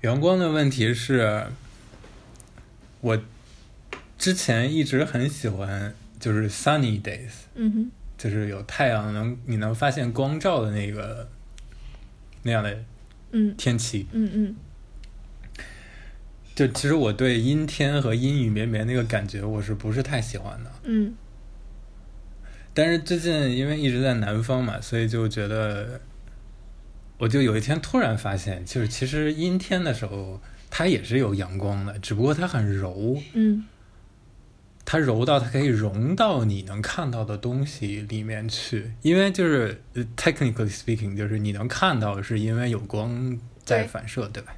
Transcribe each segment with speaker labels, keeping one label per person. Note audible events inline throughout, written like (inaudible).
Speaker 1: 员工的问题是，我之前一直很喜欢就是 sunny days，
Speaker 2: 嗯哼，
Speaker 1: 就是有太阳能你能发现光照的那个那样的
Speaker 2: 嗯
Speaker 1: 天气。
Speaker 2: 嗯嗯
Speaker 1: 就其实我对阴天和阴雨绵绵那个感觉，我是不是太喜欢的？
Speaker 2: 嗯
Speaker 1: 但是最近因为一直在南方嘛，所以就觉得，我就有一天突然发现，就是其实阴天的时候，它也是有阳光的，只不过它很柔，
Speaker 2: 嗯
Speaker 1: 它柔到它可以融到你能看到的东西里面去。因为就是呃 technically speaking，就是你能看到，是因为有光在
Speaker 2: 对
Speaker 1: 反射，对吧？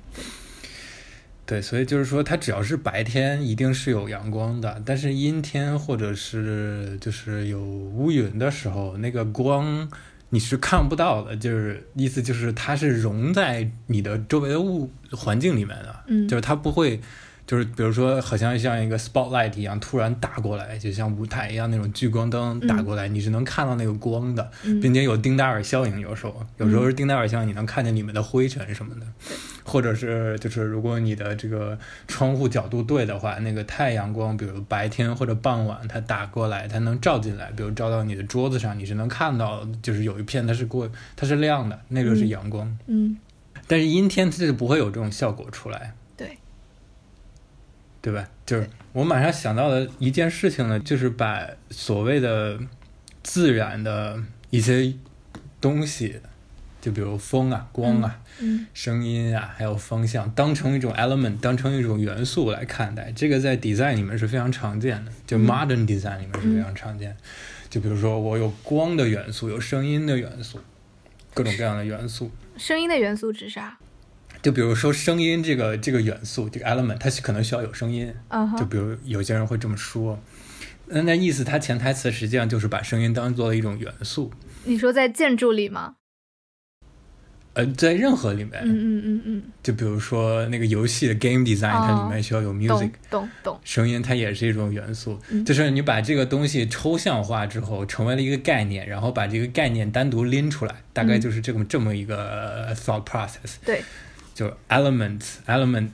Speaker 1: 对，所以就是说，它只要是白天，一定是有阳光的。但是阴天或者是就是有乌云的时候，那个光你是看不到的。就是意思就是它是融在你的周围的物环境里面的，
Speaker 2: 嗯
Speaker 1: 就是它不会，就是比如说，好像像一个 spotlight 一样突然打过来，就像舞台一样那种聚光灯打过来，你是能看到那个光的，并
Speaker 2: 嗯
Speaker 1: 且有丁达尔效应，有时候有时候是丁达尔效应，你能看见里面的灰尘什么的，或者是就是如果你的这个窗户角度对的话，那个太阳光，比如白天或者傍晚它打过来，它能照进来，比如照到你的桌子上，你是能看到，就是有一片它是过它是亮的，那个是
Speaker 2: 嗯
Speaker 1: 阳光，
Speaker 2: 嗯，
Speaker 1: 但是阴天它就不会有这种效果出来。
Speaker 2: 对，
Speaker 1: 对吧？就是我马上想到的一件事情呢，就是把所谓的自然的一些东西，就比如风啊、光啊、
Speaker 2: 嗯
Speaker 1: 声音啊，还有方向，当成一种 element，当成一种元素来看待。这个在 design 里面是非常常见的，就
Speaker 2: 嗯
Speaker 1: modern design 里面是非常常见的。就比如说，我有光的元素，有声音的元素，各种各样的元素。
Speaker 2: 声音的元素指啥？
Speaker 1: 就比如说声音这个这个元素，这个 element，它是可能需要有声音。
Speaker 2: 嗯
Speaker 1: 就
Speaker 2: 哼，
Speaker 1: 比如有些人会这么说，那那意思它潜台词实际上就是把声音当做了一种元素，
Speaker 2: 你说在建筑里吗？
Speaker 1: 呃，在任何里面，
Speaker 2: 嗯嗯嗯嗯，
Speaker 1: 就比如说那个游戏的 game design，、它
Speaker 2: 哦
Speaker 1: 里面需要有 music
Speaker 2: 懂。懂懂，
Speaker 1: 声音它也是一种元素，
Speaker 2: 嗯
Speaker 1: 就是你把这个东西抽象化之后，成为了一个概念，然后把这个概念单独拎出来，大概
Speaker 2: 嗯
Speaker 1: 就是这么这么一个呃 thought process。
Speaker 2: 对，
Speaker 1: 就 element element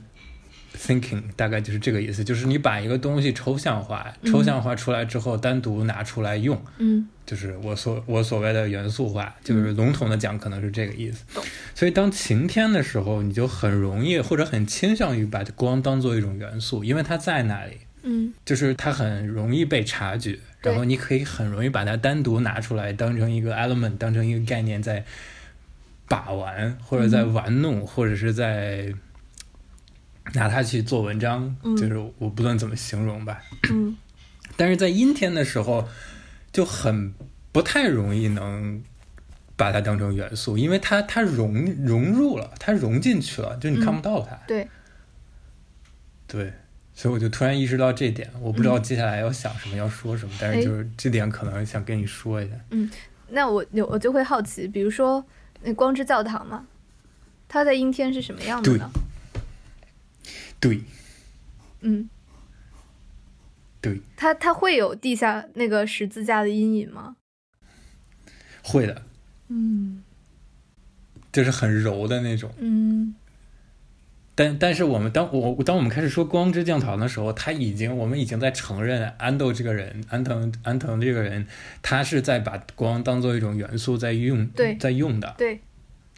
Speaker 1: thinking，大概就是这个意思，就是你把一个东西抽象化，
Speaker 2: 嗯
Speaker 1: 抽象化出来之后，单独拿出来用，
Speaker 2: 嗯
Speaker 1: 就是我所我所谓的元素化，就是笼统的讲，可能是这个意思
Speaker 2: 嗯懂。
Speaker 1: 所以当晴天的时候，你就很容易或者很倾向于把光当做一种元素，因为它在那里，
Speaker 2: 嗯
Speaker 1: 就是它很容易被察觉，
Speaker 2: 对
Speaker 1: 然后你可以很容易把它单独拿出来，当成一个 element，当成一个概念在把玩，或者在玩
Speaker 2: 嗯
Speaker 1: 弄，或者是在拿它去做文章，
Speaker 2: 嗯
Speaker 1: 就是我不论怎么形容吧。
Speaker 2: 嗯
Speaker 1: 但是在阴天的时候，就很不太容易能。把它当成元素，因为它它融融入了，它融进去了，就你看不到它。
Speaker 2: 对，
Speaker 1: 对，所以我就突然意识到这点，我不知道接下来要想什么，要说什么，但是就是这点可能想跟你说一下。
Speaker 2: 那我有我就会好奇，比如说那光之教堂嘛，它在阴天是什么样的
Speaker 1: 对
Speaker 2: 呢？
Speaker 1: 对
Speaker 2: 嗯，
Speaker 1: 对，
Speaker 2: 它它会有地下那个十字架的阴影吗？
Speaker 1: 会的，
Speaker 2: 嗯
Speaker 1: 就是很柔的那种。
Speaker 2: 嗯
Speaker 1: 但但是我们当我我当我们开始说光之教堂的时候，他已经我们已经在承认安豆这个人，安藤安藤这个人，他是在把光当做一种元素在用，
Speaker 2: 对
Speaker 1: 在用的。
Speaker 2: 对，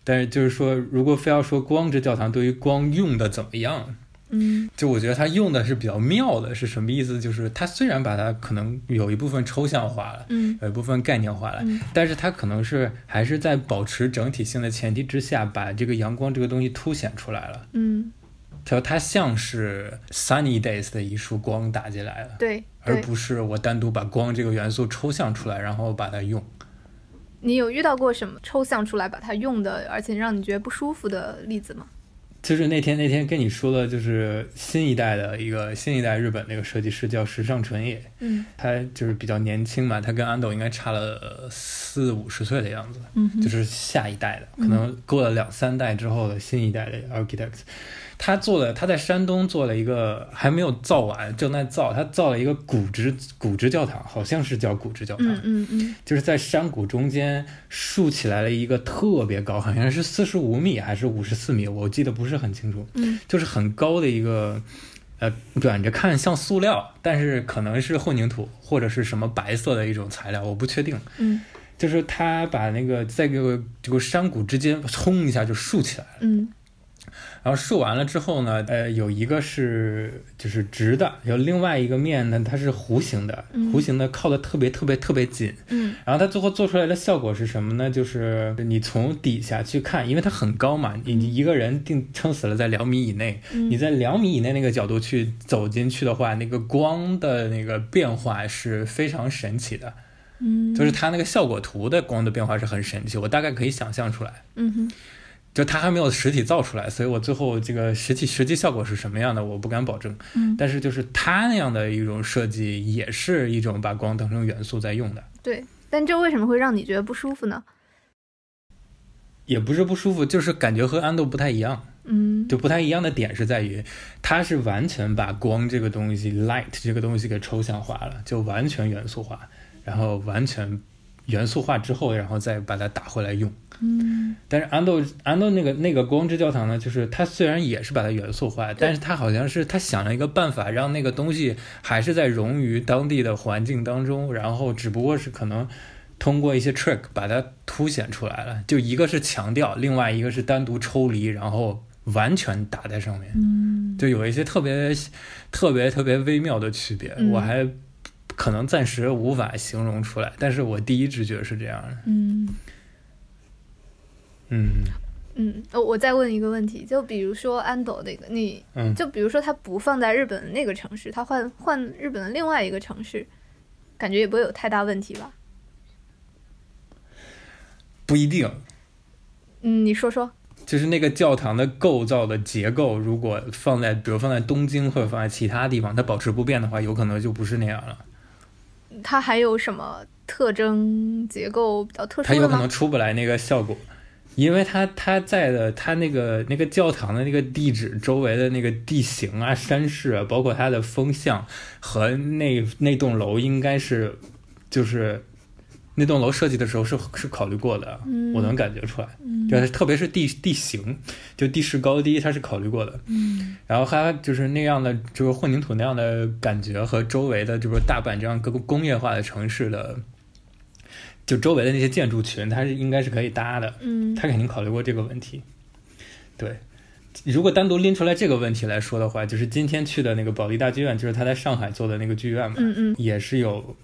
Speaker 1: 但是就是说，如果非要说光之教堂对于光用的怎么样，
Speaker 2: 嗯
Speaker 1: 就我觉得他用的是比较妙的，是什么意思？就是他虽然把它可能有一部分抽象化了，
Speaker 2: 嗯
Speaker 1: 有一部分概念化了，
Speaker 2: 嗯
Speaker 1: 但是它可能是还是在保持整体性的前提之下，把这个阳光这个东西凸显出来了。
Speaker 2: 嗯，
Speaker 1: 它它像是 sunny days 的一束光打进来了，
Speaker 2: 对
Speaker 1: 而
Speaker 2: 对，
Speaker 1: 不是我单独把光这个元素抽象出来，然后把它用。
Speaker 2: 你有遇到过什么抽象出来把它用的，而且让你觉得不舒服的例子吗？
Speaker 1: 就是那天那天跟你说的，就是新一代的一个新一代日本那个设计师叫时尚纯也，
Speaker 2: 嗯
Speaker 1: 他就是比较年轻嘛，他跟安斗应该差了四五十岁的样子，
Speaker 2: 嗯
Speaker 1: 就
Speaker 2: 哼嗯
Speaker 1: 是下一代的，可能过了两三代之后的新一代的 architect。他做了，他在山东做了一个还没有造完，正在造，他造了一个古植古植教堂，好像是叫古植教堂，
Speaker 2: 嗯嗯嗯
Speaker 1: 就是在山谷中间竖起来了一个特别高，好像是四十五米还是五十四米，我记得不是是很清楚，
Speaker 2: 嗯，
Speaker 1: 就是很高的一个，呃，软着看像塑料，但是可能是混凝土或者是什么白色的一种材料，我不确定。
Speaker 2: 嗯
Speaker 1: 就是他把那个在这个这个山谷之间冲一下就竖起来了，
Speaker 2: 嗯
Speaker 1: 然后竖完了之后呢，呃，有一个是就是直的，有另外一个面呢它是弧形的，
Speaker 2: 嗯
Speaker 1: 弧形的靠的特别特别特别紧，
Speaker 2: 嗯
Speaker 1: 然后它最后做出来的效果是什么呢？就是你从底下去看，因为它很高嘛，你你一个人定撑死了在两米以内，
Speaker 2: 嗯
Speaker 1: 你在两米以内那个角度去走进去的话，那个光的那个变化是非常神奇的，
Speaker 2: 嗯，
Speaker 1: 就是它那个效果图的光的变化是很神奇，我大概可以想象出来。
Speaker 2: 嗯哼
Speaker 1: 就它还没有实体造出来，所以我最后这个实体实际效果是什么样的，我不敢保证。
Speaker 2: 嗯，
Speaker 1: 但是就是它那样的一种设计，也是一种把光当成元素在用的。
Speaker 2: 对，但这为什么会让你觉得不舒服呢？
Speaker 1: 也不是不舒服，就是感觉和安豆不太一样，
Speaker 2: 嗯，
Speaker 1: 就不太一样的点是在于，它是完全把光这个东西、light 这个东西给抽象化了，就完全元素化，然后完全元素化之后，然后再把它打回来用。
Speaker 2: 嗯
Speaker 1: 但是安豆安豆那个那个光之教堂呢，就是它虽然也是把它元素化，但是它好像是它想了一个办法，让那个东西还是在融于当地的环境当中，然后只不过是可能通过一些 trick 把它凸显出来了。就一个是强调，另外一个是单独抽离，然后完全打在上面，
Speaker 2: 嗯
Speaker 1: 就有一些特别特别特别微妙的区别，
Speaker 2: 嗯
Speaker 1: 我还可能暂时无法形容出来，但是我第一直觉是这样的，
Speaker 2: 嗯。
Speaker 1: 嗯
Speaker 2: 嗯，哦，我再问一个问题，就比如说安斗那个，你
Speaker 1: 嗯。
Speaker 2: 就比如说他不放在日本的那个城市，他换换日本的另外一个城市，感觉也不会有太大问题吧？
Speaker 1: 不一定，
Speaker 2: 嗯，你说说。
Speaker 1: 就是那个教堂的构造的结构，如果放在比如放在东京或者放在其他地方，它保持不变的话，有可能就不是那样了。
Speaker 2: 它还有什么特征结构比较特
Speaker 1: 它
Speaker 2: 殊
Speaker 1: 有
Speaker 2: 的
Speaker 1: 可
Speaker 2: 吗
Speaker 1: 能？出不来那个效果，因为它它在的它那个那个教堂的那个地址周围的那个地形啊、山势啊，包括它的风向和那那栋楼应该是就是那栋楼设计的时候是是考虑过的，
Speaker 2: 嗯
Speaker 1: 我能感觉出来。
Speaker 2: 嗯
Speaker 1: 就是特别是地地形，就地势高低，它是考虑过的。
Speaker 2: 嗯
Speaker 1: 然后它就是那样的，就是混凝土那样的感觉和周围的，就是大阪这样工工业化的城市的，就周围的那些建筑群，它是应该是可以搭的。
Speaker 2: 嗯
Speaker 1: 他肯定考虑过这个问题。对，如果单独拎出来这个问题来说的话，就是今天去的那个保利大剧院，就是他在上海做的那个剧院嘛，
Speaker 2: 嗯嗯
Speaker 1: 也是有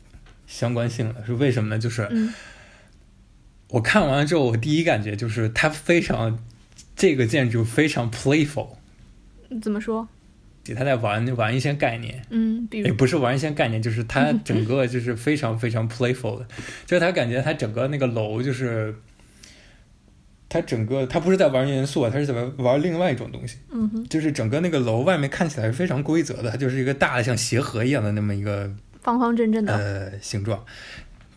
Speaker 1: 相关性的。是为什么呢？就是
Speaker 2: 嗯
Speaker 1: 我看完了之后，我第一感觉就是它非常这个建筑非常 playful，
Speaker 2: 嗯，怎么说？
Speaker 1: 他在玩玩一些概念。
Speaker 2: 嗯，比
Speaker 1: 也
Speaker 2: 如
Speaker 1: 不是完全概念，就是它整个就是非常非常 playful 的，就是它感觉它整个那个楼就是，它整个它不是在玩元素啊，它是在玩玩另外一种东西，
Speaker 2: 嗯哼，
Speaker 1: 就是整个那个楼外面看起来是非常规则的，它就是一个大的像鞋盒一样的那么一个
Speaker 2: 方方正正的，
Speaker 1: 呃形状。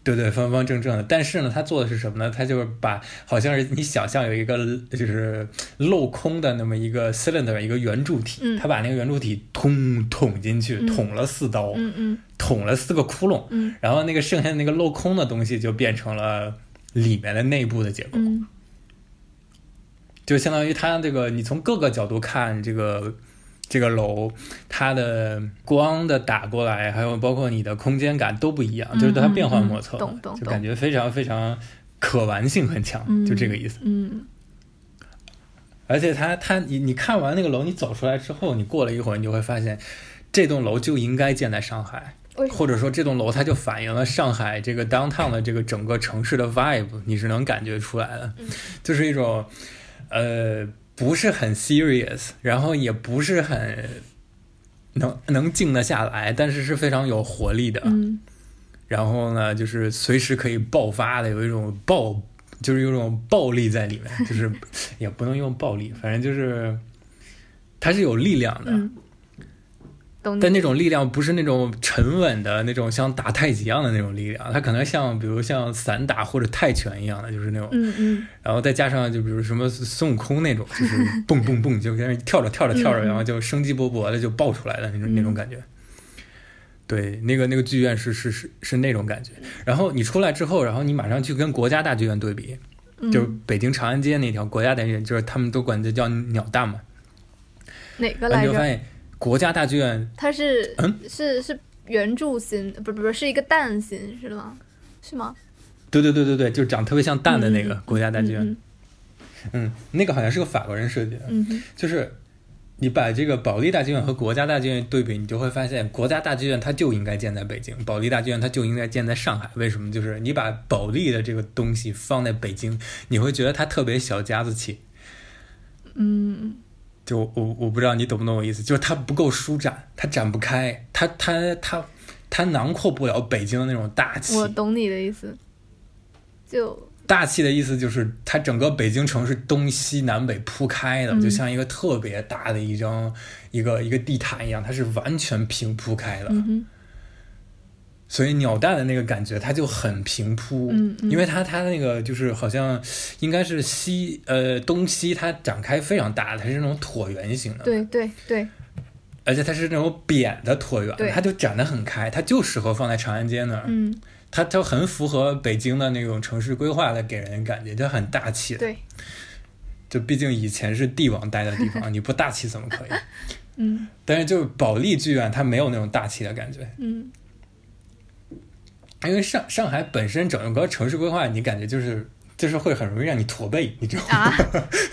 Speaker 1: 对对，方方正正的。但是呢，它做的是什么呢？它就是把好像是你想象有一个就是镂空的那么一个 cylinder 一个圆柱体，
Speaker 2: 嗯
Speaker 1: 它把那个圆柱体通捅进去，
Speaker 2: 嗯
Speaker 1: 捅了四刀，
Speaker 2: 嗯嗯
Speaker 1: 捅了四个窟窿，
Speaker 2: 嗯
Speaker 1: 然后那个剩下的那个镂空的东西就变成了里面的内部的结构，
Speaker 2: 嗯
Speaker 1: 就相当于它这个你从各个角度看这个这个楼，它的光的打过来，还有包括你的空间感都不一样，
Speaker 2: 嗯
Speaker 1: 就是它变幻莫测，
Speaker 2: 嗯嗯懂懂
Speaker 1: 就感觉非常非常可玩性很强，
Speaker 2: 嗯，
Speaker 1: 就这个意思。
Speaker 2: 嗯
Speaker 1: 而且它它你你看完那个楼，你走出来之后，你过了一会儿，你就会发现这栋楼就应该建在上海。
Speaker 2: 为什么
Speaker 1: 或者说这栋楼它就反映了上海这个 downtown 的这个整个城市的 vibe，你是能感觉出来的，
Speaker 2: 嗯
Speaker 1: 就是一种呃不是很 serious，然后也不是很能能静得下来，但是是非常有活力的，
Speaker 2: 嗯
Speaker 1: 然后呢就是随时可以爆发的，有一种暴就是有一种暴力在里面，就是 (laughs) 也不能用暴力，反正就是它是有力量的，
Speaker 2: 嗯，懂你
Speaker 1: 但那种力量不是那种沉稳的那种像打太极一样的那种力量，它可能像比如像散打或者泰拳一样的，就是那种，
Speaker 2: 嗯嗯
Speaker 1: 然后再加上就比如什么孙悟空那种，就是
Speaker 2: (laughs)
Speaker 1: 蹦蹦蹦就跟人跳着跳着跳着，
Speaker 2: 嗯嗯
Speaker 1: 然后就生机勃勃的就爆出来的那种
Speaker 2: 嗯
Speaker 1: 那种感觉。对，那个那个剧院是是是是那种感觉。然后你出来之后，然后你马上去跟国家大剧院对比，
Speaker 2: 嗯，
Speaker 1: 就是北京长安街那条国家大剧院，就是他们都管这叫鸟蛋嘛。
Speaker 2: 哪个
Speaker 1: 啊
Speaker 2: 来
Speaker 1: 你有发
Speaker 2: 着？
Speaker 1: 现国家大剧院
Speaker 2: 它是
Speaker 1: 嗯
Speaker 2: 是是圆柱形，不不不是一个蛋形是吗？是吗？
Speaker 1: 对对对对对，就是长得特别像蛋的那个、
Speaker 2: 嗯
Speaker 1: 国家大剧院，
Speaker 2: 嗯
Speaker 1: 嗯，那个好像是个法国人设计的，
Speaker 2: 嗯嗯
Speaker 1: 就是你把这个保利大剧院和国家大剧院对比，你就会发现国家大剧院它就应该建在北京，保利大剧院它就应该建在上海。为什么？就是你把保利的这个东西放在北京，你会觉得它特别小家子气。
Speaker 2: 嗯
Speaker 1: 就我我不知道你懂不懂我意思，就是它不够舒展，它展不开，它它它它囊括不了北京的那种大气。
Speaker 2: 我懂你的意思，就
Speaker 1: 大气的意思就是，它整个北京城是东西南北铺开的，
Speaker 2: 嗯
Speaker 1: 就像一个特别大的一张一个一个地毯一样，它是完全平铺开的。
Speaker 2: 嗯哼，
Speaker 1: 所以鸟蛋的那个感觉，它就很平铺，
Speaker 2: 嗯嗯
Speaker 1: 因为它它那个就是好像应该是西呃东西它展开非常大，它是那种椭圆形的，
Speaker 2: 对对对，
Speaker 1: 而且它是那种扁的椭圆
Speaker 2: 对，
Speaker 1: 它就展得很开，它就适合放在长安街那儿，
Speaker 2: 嗯
Speaker 1: 它就很符合北京的那种城市规划的给人感觉，就很大气的。
Speaker 2: 对，
Speaker 1: 就毕竟以前是帝王待的地
Speaker 2: (laughs)
Speaker 1: 方，你不大气怎么可以？
Speaker 2: 嗯
Speaker 1: (laughs) 但是就是保利剧院，它没有那种大气的感觉，
Speaker 2: 嗯
Speaker 1: 因为上上海本身整个城市规划，你感觉就是就是会很容易让你驼背，你知道吗？ (laughs)
Speaker 2: 啊，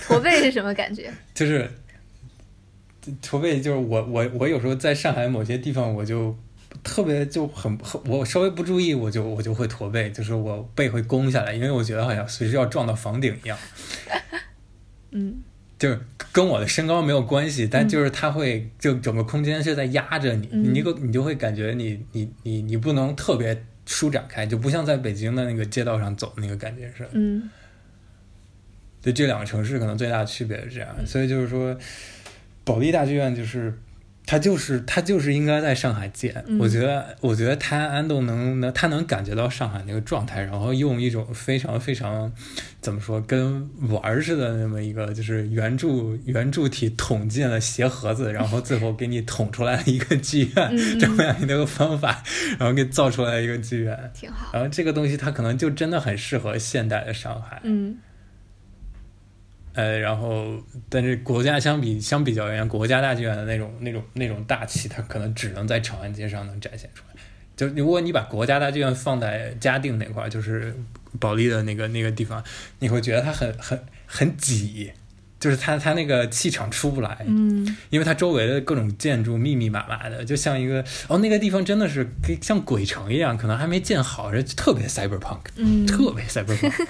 Speaker 2: 驼背是什么感觉？
Speaker 1: 就是驼背，就是我我我有时候在上海某些地方，我就特别就很很我稍微不注意，我就我就会驼背，就是我背会弓下来，因为我觉得好像随时要撞到房顶一样。
Speaker 2: (laughs) 嗯
Speaker 1: 就是跟我的身高没有关系，但就是它会就整个空间是在压着你，
Speaker 2: 嗯
Speaker 1: 你就你就会感觉你你你你不能特别舒展开，就不像在北京的那个街道上走那个感觉是。
Speaker 2: 嗯
Speaker 1: 对这两个城市可能最大的区别是这样，
Speaker 2: 嗯
Speaker 1: 所以就是说，保利大剧院就是它就是它就是应该在上海建，
Speaker 2: 嗯
Speaker 1: 我觉得我觉得他安东能能他能感觉到上海那个状态，然后用一种非常非常怎么说跟玩儿似的那么一个就是圆柱圆柱体捅进了鞋盒子，然后最后给你捅出来了一个剧院，
Speaker 2: 嗯
Speaker 1: 这么样一个方法，然后给造出来一个剧院，
Speaker 2: 挺好，
Speaker 1: 然后这个东西它可能就真的很适合现代的上海，
Speaker 2: 嗯
Speaker 1: 呃，然后但是国家相比相比较而言，国家大剧院的那种那种那种大气，它可能只能在长安街上能展现出来。就如果你把国家大剧院放在嘉定那块儿，就是保利的那个那个地方，你会觉得它很很很挤，就是它它那个气场出不来，
Speaker 2: 嗯
Speaker 1: 因为它周围的各种建筑密密麻麻的，就像一个哦那个地方真的是跟像鬼城一样，可能还没建好，这特别 cyberpunk。
Speaker 2: 嗯，
Speaker 1: 特别
Speaker 2: (laughs)
Speaker 1: cyberpunk。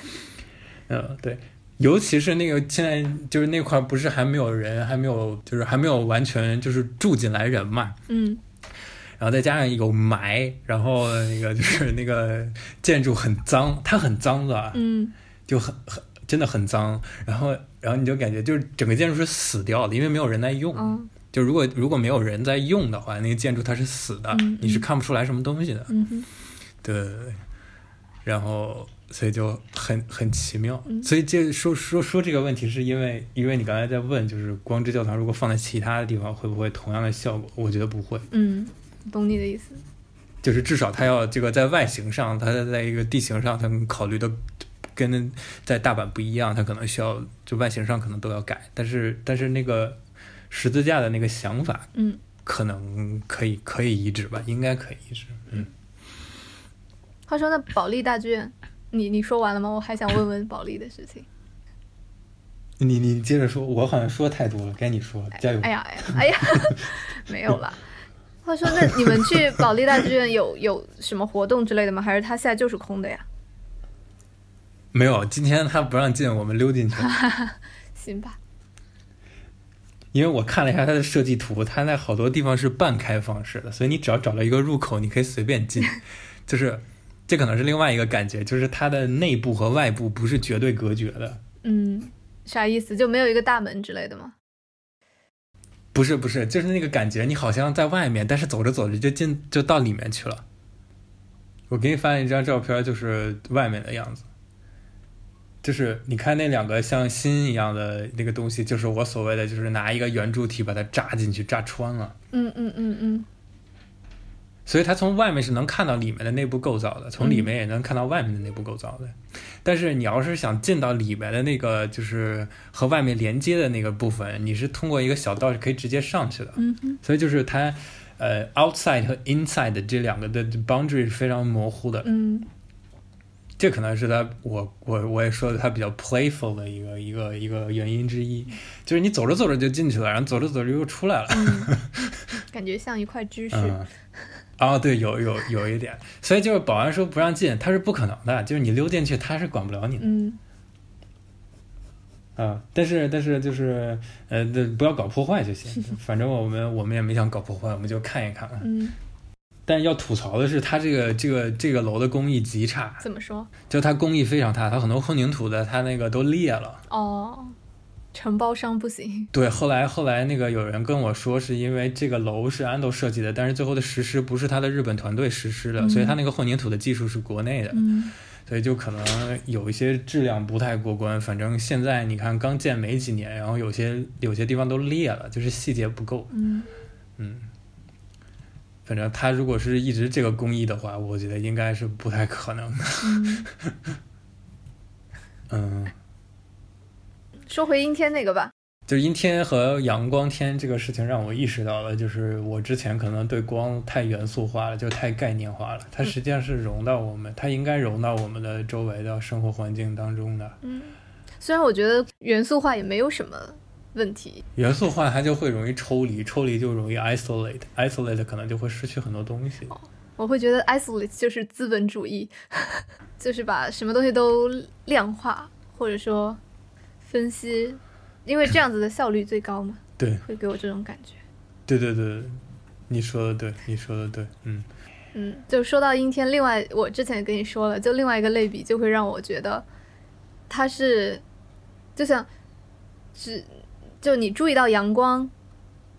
Speaker 1: 嗯，对，尤其是那个现在就是那块儿不是还没有人，还没有就是还没有完全就是住进来人嘛，
Speaker 2: 嗯
Speaker 1: 然后再加上有霾，然后那个就是那个建筑很脏，它很脏的，
Speaker 2: 嗯
Speaker 1: 就很很真的很脏，然后然后你就感觉就是整个建筑是死掉的，因为没有人在用。
Speaker 2: 嗯
Speaker 1: 就如果如果没有人在用的话，那个建筑它是死的，
Speaker 2: 嗯
Speaker 1: 你是看不出来什么东西的。
Speaker 2: 嗯哼
Speaker 1: 对对对，然后所以就很很奇妙。
Speaker 2: 嗯
Speaker 1: 所以这说说说这个问题，是因为因为你刚才在问，就是光之教堂如果放在其他的地方，会不会同样的效果？我觉得不会，
Speaker 2: 嗯，懂你的意思，
Speaker 1: 就是至少它要这个在外形上，它在一个地形上，它考虑的跟在大阪不一样，它可能需要就外形上可能都要改，但是但是那个十字架的那个想法
Speaker 2: 嗯
Speaker 1: 可能可以可以移植吧，应该可以移植，嗯。
Speaker 2: 话说那保利大剧院，你你说完了吗？我还想问问保利的事情。
Speaker 1: 你你接着说，我好像说太多了，该你说了，加油！
Speaker 2: 哎呀哎呀哎呀， (laughs) 没有啦。话说那你们去保利大剧院有有什么活动之类的吗？还是它现在就是空的呀？
Speaker 1: 没有，今天他不让进，我们溜进去了，
Speaker 2: 行吧，
Speaker 1: 因为我看了一下他的设计图，他在好多地方是半开放式的，所以你只要找到一个入口，你可以随便进。就是这可能是另外一个感觉，就是它的内部和外部不是绝对隔绝的，
Speaker 2: 嗯，啥意思？就没有一个大门之类的吗？
Speaker 1: 不是不是，就是那个感觉，你好像在外面，但是走着走着就进就到里面去了。我给你发了一张照片，就是外面的样子，就是你看那两个像心一样的那个东西，就是我所谓的，
Speaker 2: 嗯
Speaker 1: 就是拿一个圆柱体把它扎进去，扎穿了。
Speaker 2: 嗯嗯嗯嗯
Speaker 1: 所以它从外面是能看到里面的内部构造的，从里面也能看到外面的内部构造的。但是你要是想进到里面的那个，就是和外面连接的那个部分，你是通过一个小道是可以直接上去的。
Speaker 2: 嗯哼，
Speaker 1: 所以就是它，呃，outside 和 inside 的这两个的 boundary 是非常模糊的。
Speaker 2: 嗯
Speaker 1: 这可能是他我我我也说的他比较 playful 的一个一个一个原因之一，就是你走着走着就进去了，然后走着走着又出来了。
Speaker 2: 嗯，感觉像一块芝士。
Speaker 1: 嗯，哦，对，有有有一点，所以就是保安说不让进，他是不可能的，就是你溜进去，他是管不了你的。
Speaker 2: 嗯
Speaker 1: 啊，但是但是就是呃，对不要搞破坏就行。 (laughs) 反正我们我们也没想搞破坏，我们就看一看。
Speaker 2: 嗯，
Speaker 1: 但要吐槽的是，它这个这个这个楼的工艺极差，
Speaker 2: 怎么说？
Speaker 1: 就它工艺非常差，它很多混凝土的它那个都裂了。
Speaker 2: 哦，承包商不行。
Speaker 1: 对，后来后来那个有人跟我说，是因为这个楼是安斗设计的，但是最后的实施不是他的日本团队实施的，
Speaker 2: 嗯
Speaker 1: 所以他那个混凝土的技术是国内的，
Speaker 2: 嗯
Speaker 1: 所以就可能有一些质量不太过关。反正现在你看刚建没几年，然后有些有些地方都裂了，就是细节不够。
Speaker 2: 嗯
Speaker 1: 嗯，反正他如果是一直这个工艺的话，我觉得应该是不太可能的。
Speaker 2: 嗯，
Speaker 1: 嗯，
Speaker 2: 说回阴天那个吧。
Speaker 1: 就是阴天和阳光天这个事情让我意识到了，就是我之前可能对光太元素化了，就太概念化了。
Speaker 2: 嗯
Speaker 1: 它实际上是融到我们，它应该融到我们的周围的生活环境当中的。
Speaker 2: 嗯，虽然我觉得元素化也没有什么问题。
Speaker 1: 元素化它就会容易抽离，抽离就容易 isolate，isolate 可能就会失去很多东西。
Speaker 2: 哦我会觉得 isolate 就是资本主义， (laughs) 就是把什么东西都量化，或者说分析，因为这样子的效率最高嘛，
Speaker 1: 对，
Speaker 2: 会给我这种感觉。
Speaker 1: 对对对，你说的对，你说的对，嗯
Speaker 2: 嗯，就说到阴天，另外我之前也跟你说了，就另外一个类比，就会让我觉得它是就像只就你注意到阳光，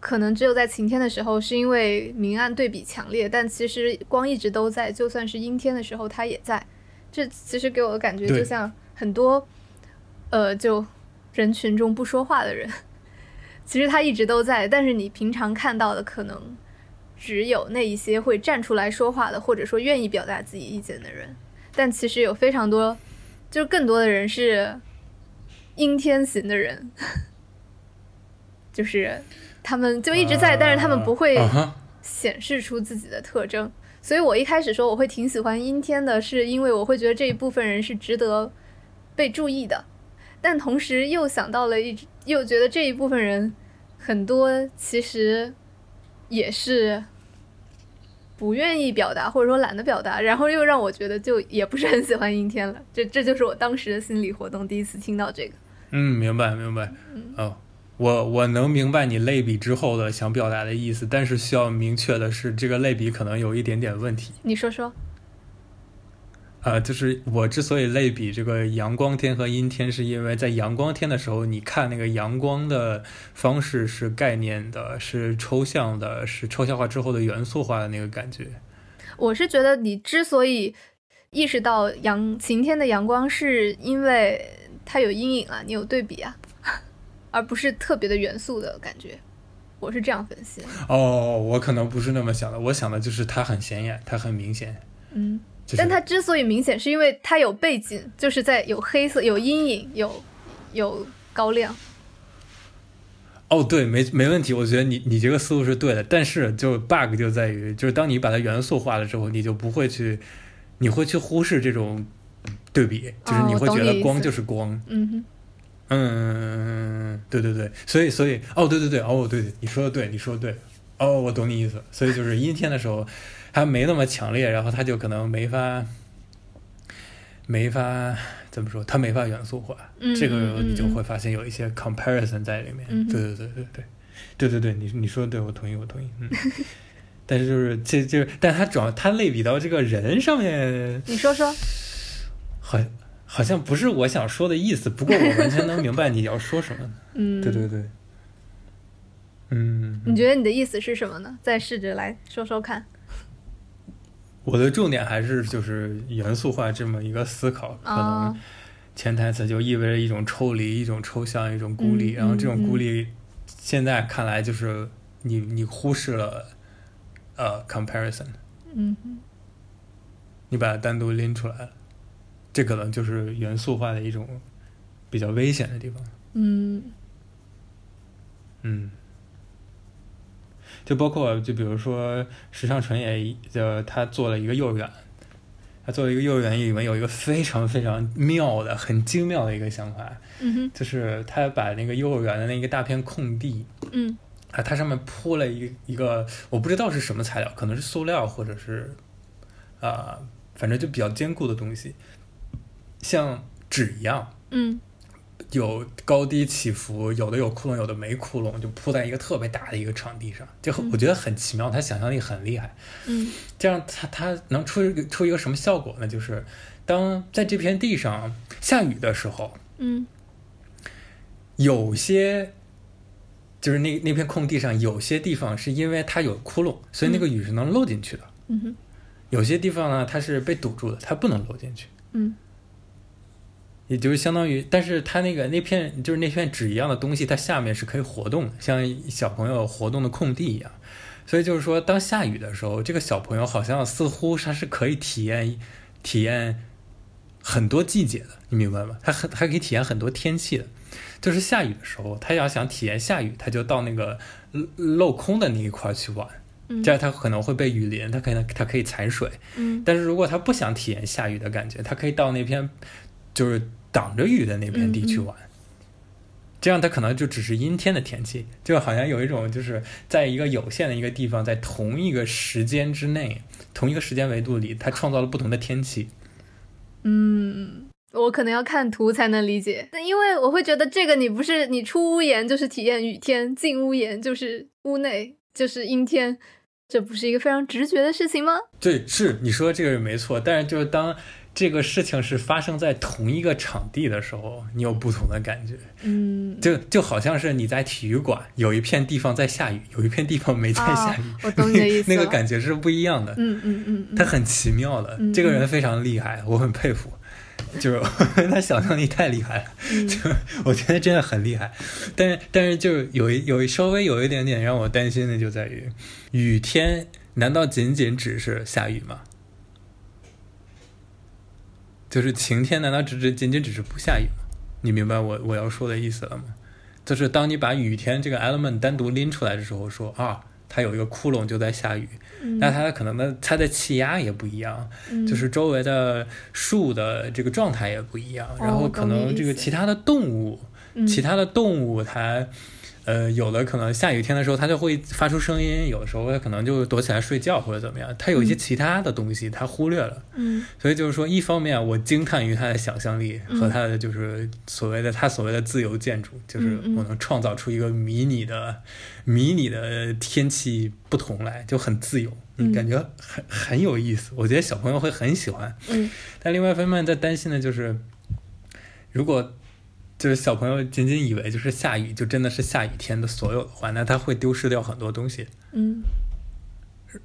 Speaker 2: 可能只有在晴天的时候，是因为明暗对比强烈，但其实光一直都在，就算是阴天的时候，它也在。这其实给我的感觉
Speaker 1: 对
Speaker 2: 就像很多呃，就人群中不说话的人，其实他一直都在，但是你平常看到的可能只有那一些会站出来说话的，或者说愿意表达自己意见的人。但其实有非常多，就是更多的人是阴天型的人， (laughs) 就是他们就一直在，但是他们不会
Speaker 1: 啊哈
Speaker 2: 显示出自己的特征。所以我一开始说我会挺喜欢阴天的，是因为我会觉得这一部分人是值得被注意的，但同时又想到了一，又觉得这一部分人很多其实也是不愿意表达，或者说懒得表达，然后又让我觉得就也不是很喜欢阴天了。这这就是我当时的心理活动，第一次听到这个。
Speaker 1: 嗯，明白明白。
Speaker 2: 嗯
Speaker 1: 哦，我我能明白你类比之后的想表达的意思，但是需要明确的是，这个类比可能有一点点问题。
Speaker 2: 你说说，
Speaker 1: 呃，就是我之所以类比这个阳光天和阴天，是因为在阳光天的时候，你看那个阳光的方式是概念的，是抽象的，是抽象化之后的元素化的那个感觉。
Speaker 2: 我是觉得你之所以意识到阳晴天的阳光，是因为它有阴影啊，你有对比啊， (laughs) 而不是特别的元素的感觉。我是这样分析的，
Speaker 1: 哦，我可能不是那么想的，我想的就是它很显眼，它很明显。
Speaker 2: 嗯，
Speaker 1: 就是、
Speaker 2: 但它之所以明显，是因为它有背景，就是在有黑色、有阴影、有有高亮。
Speaker 1: 哦，对，没没问题，我觉得你你这个思路是对的，但是就是 bug 就在于，就是当你把它元素化了之后，你就不会去，你会去忽视这种对比，就是
Speaker 2: 哦
Speaker 1: 你
Speaker 2: 我
Speaker 1: 会
Speaker 2: 懂
Speaker 1: 觉
Speaker 2: 你
Speaker 1: 得
Speaker 2: 意
Speaker 1: 光
Speaker 2: 思
Speaker 1: 就是光，
Speaker 2: 嗯哼，
Speaker 1: 嗯，对对对，所以所以哦，对对对，哦对对，你说的对，你说的对，哦，我懂你意思，所以就是阴天的时候它没那么强烈，然后它就可能没法没法怎么说，它没法元素化，
Speaker 2: 嗯，
Speaker 1: 这
Speaker 2: 嗯
Speaker 1: 个
Speaker 2: 嗯
Speaker 1: 你就
Speaker 2: 嗯
Speaker 1: 会发现有一些 comparison 在里面。
Speaker 2: 嗯哼
Speaker 1: 对对对对对，对对对，你你说的对，我同意，我同意。嗯，但是就是这就是，但它主要它类比到这个人上面，
Speaker 2: 你说说，
Speaker 1: 好好像不是我想说的意思。不过我完全能明白你要说什么。
Speaker 2: 嗯，
Speaker 1: 对对对，嗯，
Speaker 2: 你觉得你的意思是什么呢？再试着来说说看。
Speaker 1: 我的重点还是就是元素化这么一个思考，可能
Speaker 2: 啊，
Speaker 1: 潜台词就意味着一种抽离、一种抽象、一种孤立，
Speaker 2: 嗯
Speaker 1: 然后这种
Speaker 2: 嗯
Speaker 1: 孤立，现在看来就是你你忽视了呃 comparison，
Speaker 2: 嗯哼，
Speaker 1: 你把它单独拎出来了，这可能就是元素化的一种比较危险的地方。
Speaker 2: 嗯
Speaker 1: 嗯，就包括就比如说时尚纯也呃，他做了一个幼儿园，他做了一个幼儿园里面有一个非常非常妙的、很精妙的一个想法，
Speaker 2: 嗯哼
Speaker 1: 就是他把那个幼儿园的那个大片空地
Speaker 2: 嗯
Speaker 1: 啊，它上面铺了一一个我不知道是什么材料，可能是塑料或者是啊、反正就比较坚固的东西，像纸一样。
Speaker 2: 嗯
Speaker 1: 有高低起伏，有的有窟窿，有的没窟窿，就铺在一个特别大的一个场地上，就很我觉得很奇妙，他想象力很厉害。
Speaker 2: 嗯
Speaker 1: 这样它它能出一个出一个什么效果呢？就是当在这片地上下雨的时候，
Speaker 2: 嗯
Speaker 1: 有些就是那那片空地上有些地方是因为它有窟窿，所以那个雨是能漏进去的；
Speaker 2: 嗯哼
Speaker 1: 有些地方呢，它是被堵住的，它不能漏进去。
Speaker 2: 嗯
Speaker 1: 也就是相当于，但是它那个那片就是那片纸一样的东西，它下面是可以活动的，像小朋友活动的空地一样。所以就是说，当下雨的时候，这个小朋友好像似乎他是可以体验体验很多季节的，你明白吗？他很他可以体验很多天气的。就是下雨的时候，他要想体验下雨，他就到那个镂镂空的那一块儿去玩，
Speaker 2: 嗯
Speaker 1: 这样他可能会被雨淋，他可能他可以踩水，
Speaker 2: 嗯
Speaker 1: 但是如果他不想体验下雨的感觉，他可以到那片就是挡着雨的那片地去玩。这样他可能就只是阴天的天气，就好像有一种就是在一个有限的一个地方，在同一个时间之内、同一个时间维度里，他创造了不同的天气。
Speaker 2: 嗯，我可能要看图才能理解，但因为我会觉得这个你不是你出屋檐就是体验雨天，进屋檐就是屋内就是阴天，这不是一个非常直觉的事情吗？
Speaker 1: 对，是你说这个没错，但是就是当这个事情是发生在同一个场地的时候，你有不同的感觉。
Speaker 2: 嗯，
Speaker 1: 就就好像是你在体育馆有一片地方在下雨，有一片地方没 (laughs) 在下雨，
Speaker 2: 啊我懂你的意思
Speaker 1: (laughs) 那
Speaker 2: 了
Speaker 1: 个感觉是不一样的。
Speaker 2: 嗯嗯嗯嗯，
Speaker 1: 他很奇妙的，
Speaker 2: 嗯
Speaker 1: 这个人非常厉害，我很佩服。就是 (laughs) 他想象力太厉害了，
Speaker 2: 嗯
Speaker 1: 就我觉得真的很厉害。但是但是就是有一有一稍微有一点点让我担心的就在于，雨天难道仅仅只是下雨吗？就是晴天难道只只仅仅只是不下雨吗？你明白我我要说的意思了吗？就是当你把雨天这个 element 单独拎出来的时候说，啊，它有一个窟窿就在下雨，
Speaker 2: 嗯
Speaker 1: 那它可能的它的气压也不一样，
Speaker 2: 嗯
Speaker 1: 就是周围的树的这个状态也不一样，
Speaker 2: 哦
Speaker 1: 然后可
Speaker 2: 懂
Speaker 1: 能
Speaker 2: 你
Speaker 1: 这个
Speaker 2: 意思
Speaker 1: 其他的动物，
Speaker 2: 嗯
Speaker 1: 其他的动物它。呃，有的可能下雨天的时候它就会发出声音，有的时候它可能就躲起来睡觉或者怎么样，它有一些其他的东西它忽略了，
Speaker 2: 嗯
Speaker 1: 所以就是说，一方面我惊叹于他的想象力
Speaker 2: 嗯
Speaker 1: 和他的就是所谓的他所谓的自由建筑，就是
Speaker 2: 嗯嗯
Speaker 1: 我能创造出一个迷你的、迷你的天气不同来，就很自由，
Speaker 2: 嗯
Speaker 1: 感觉很很有意思。我觉得小朋友会很喜欢。
Speaker 2: 嗯
Speaker 1: 但另外一方面在担心的就是，如果就是小朋友仅仅以为就是下雨就真的是下雨天的所有的话，那他会丢失掉很多东西。
Speaker 2: 嗯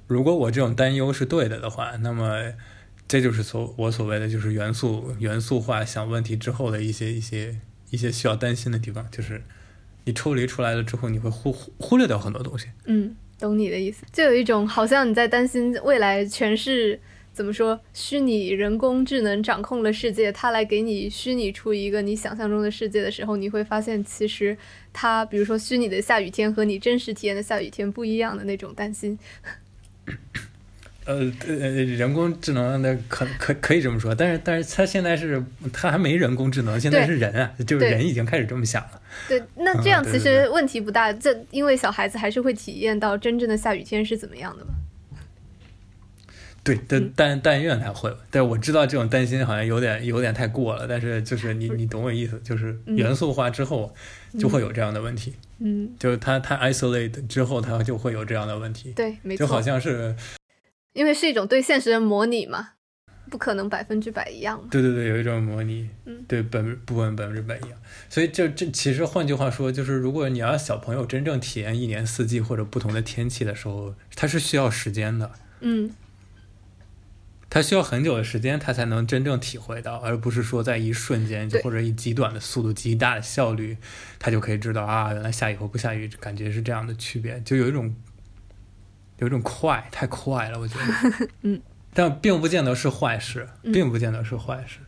Speaker 1: 如果我这种担忧是对的的话，那么这就是所我所谓的就是元素元素化想问题之后的一些一些一些需要担心的地方，就是你抽离出来了之后，你会忽忽忽略掉很多东西。
Speaker 2: 嗯，懂你的意思，就有一种好像你在担心未来全是怎么说，虚拟人工智能掌控了世界，它来给你虚拟出一个你想象中的世界的时候，你会发现其实它，比如说虚拟的下雨天和你真实体验的下雨天不一样的那种担心。
Speaker 1: 呃呃，人工智能的可可可以这么说，但是但是它现在是它还没人工智能，现在是人啊，就是
Speaker 2: 对
Speaker 1: 人已经开始这么想了。
Speaker 2: 对，那这
Speaker 1: 啊
Speaker 2: 样
Speaker 1: 对
Speaker 2: 其
Speaker 1: 对
Speaker 2: 实问题不大，这因为小孩子还是会体验到真正的下雨天是怎么样的嘛。
Speaker 1: 对，但
Speaker 2: 嗯
Speaker 1: 但但愿他会吧，但是我知道这种担心好像有点有点太过了，但是就是你你懂我意思，就是
Speaker 2: 嗯
Speaker 1: 元素化之后就会有这样的问题。
Speaker 2: 嗯，
Speaker 1: 就是他他 isolate 之后，他就会有这样的问题，
Speaker 2: 对，没
Speaker 1: 就
Speaker 2: 错
Speaker 1: 好，像是
Speaker 2: 因为是一种对现实的模拟嘛，不可能百分之百一样嘛。
Speaker 1: 对对对，有一种模拟，
Speaker 2: 嗯
Speaker 1: 对本部分百分之百一样。所以这这其实换句话说，就是如果你要小朋友真正体验一年四季或者不同的天气的时候，他是需要时间的，
Speaker 2: 嗯
Speaker 1: 他需要很久的时间，他才能真正体会到，而不是说在一瞬间就
Speaker 2: 对
Speaker 1: 或者以极短的速度、极大的效率，他就可以知道啊，原来下雨和不下雨感觉是这样的区别，就有一种有一种快，太快了，我觉得。
Speaker 2: 嗯，
Speaker 1: 但并不见得是坏事，并不见得是坏事。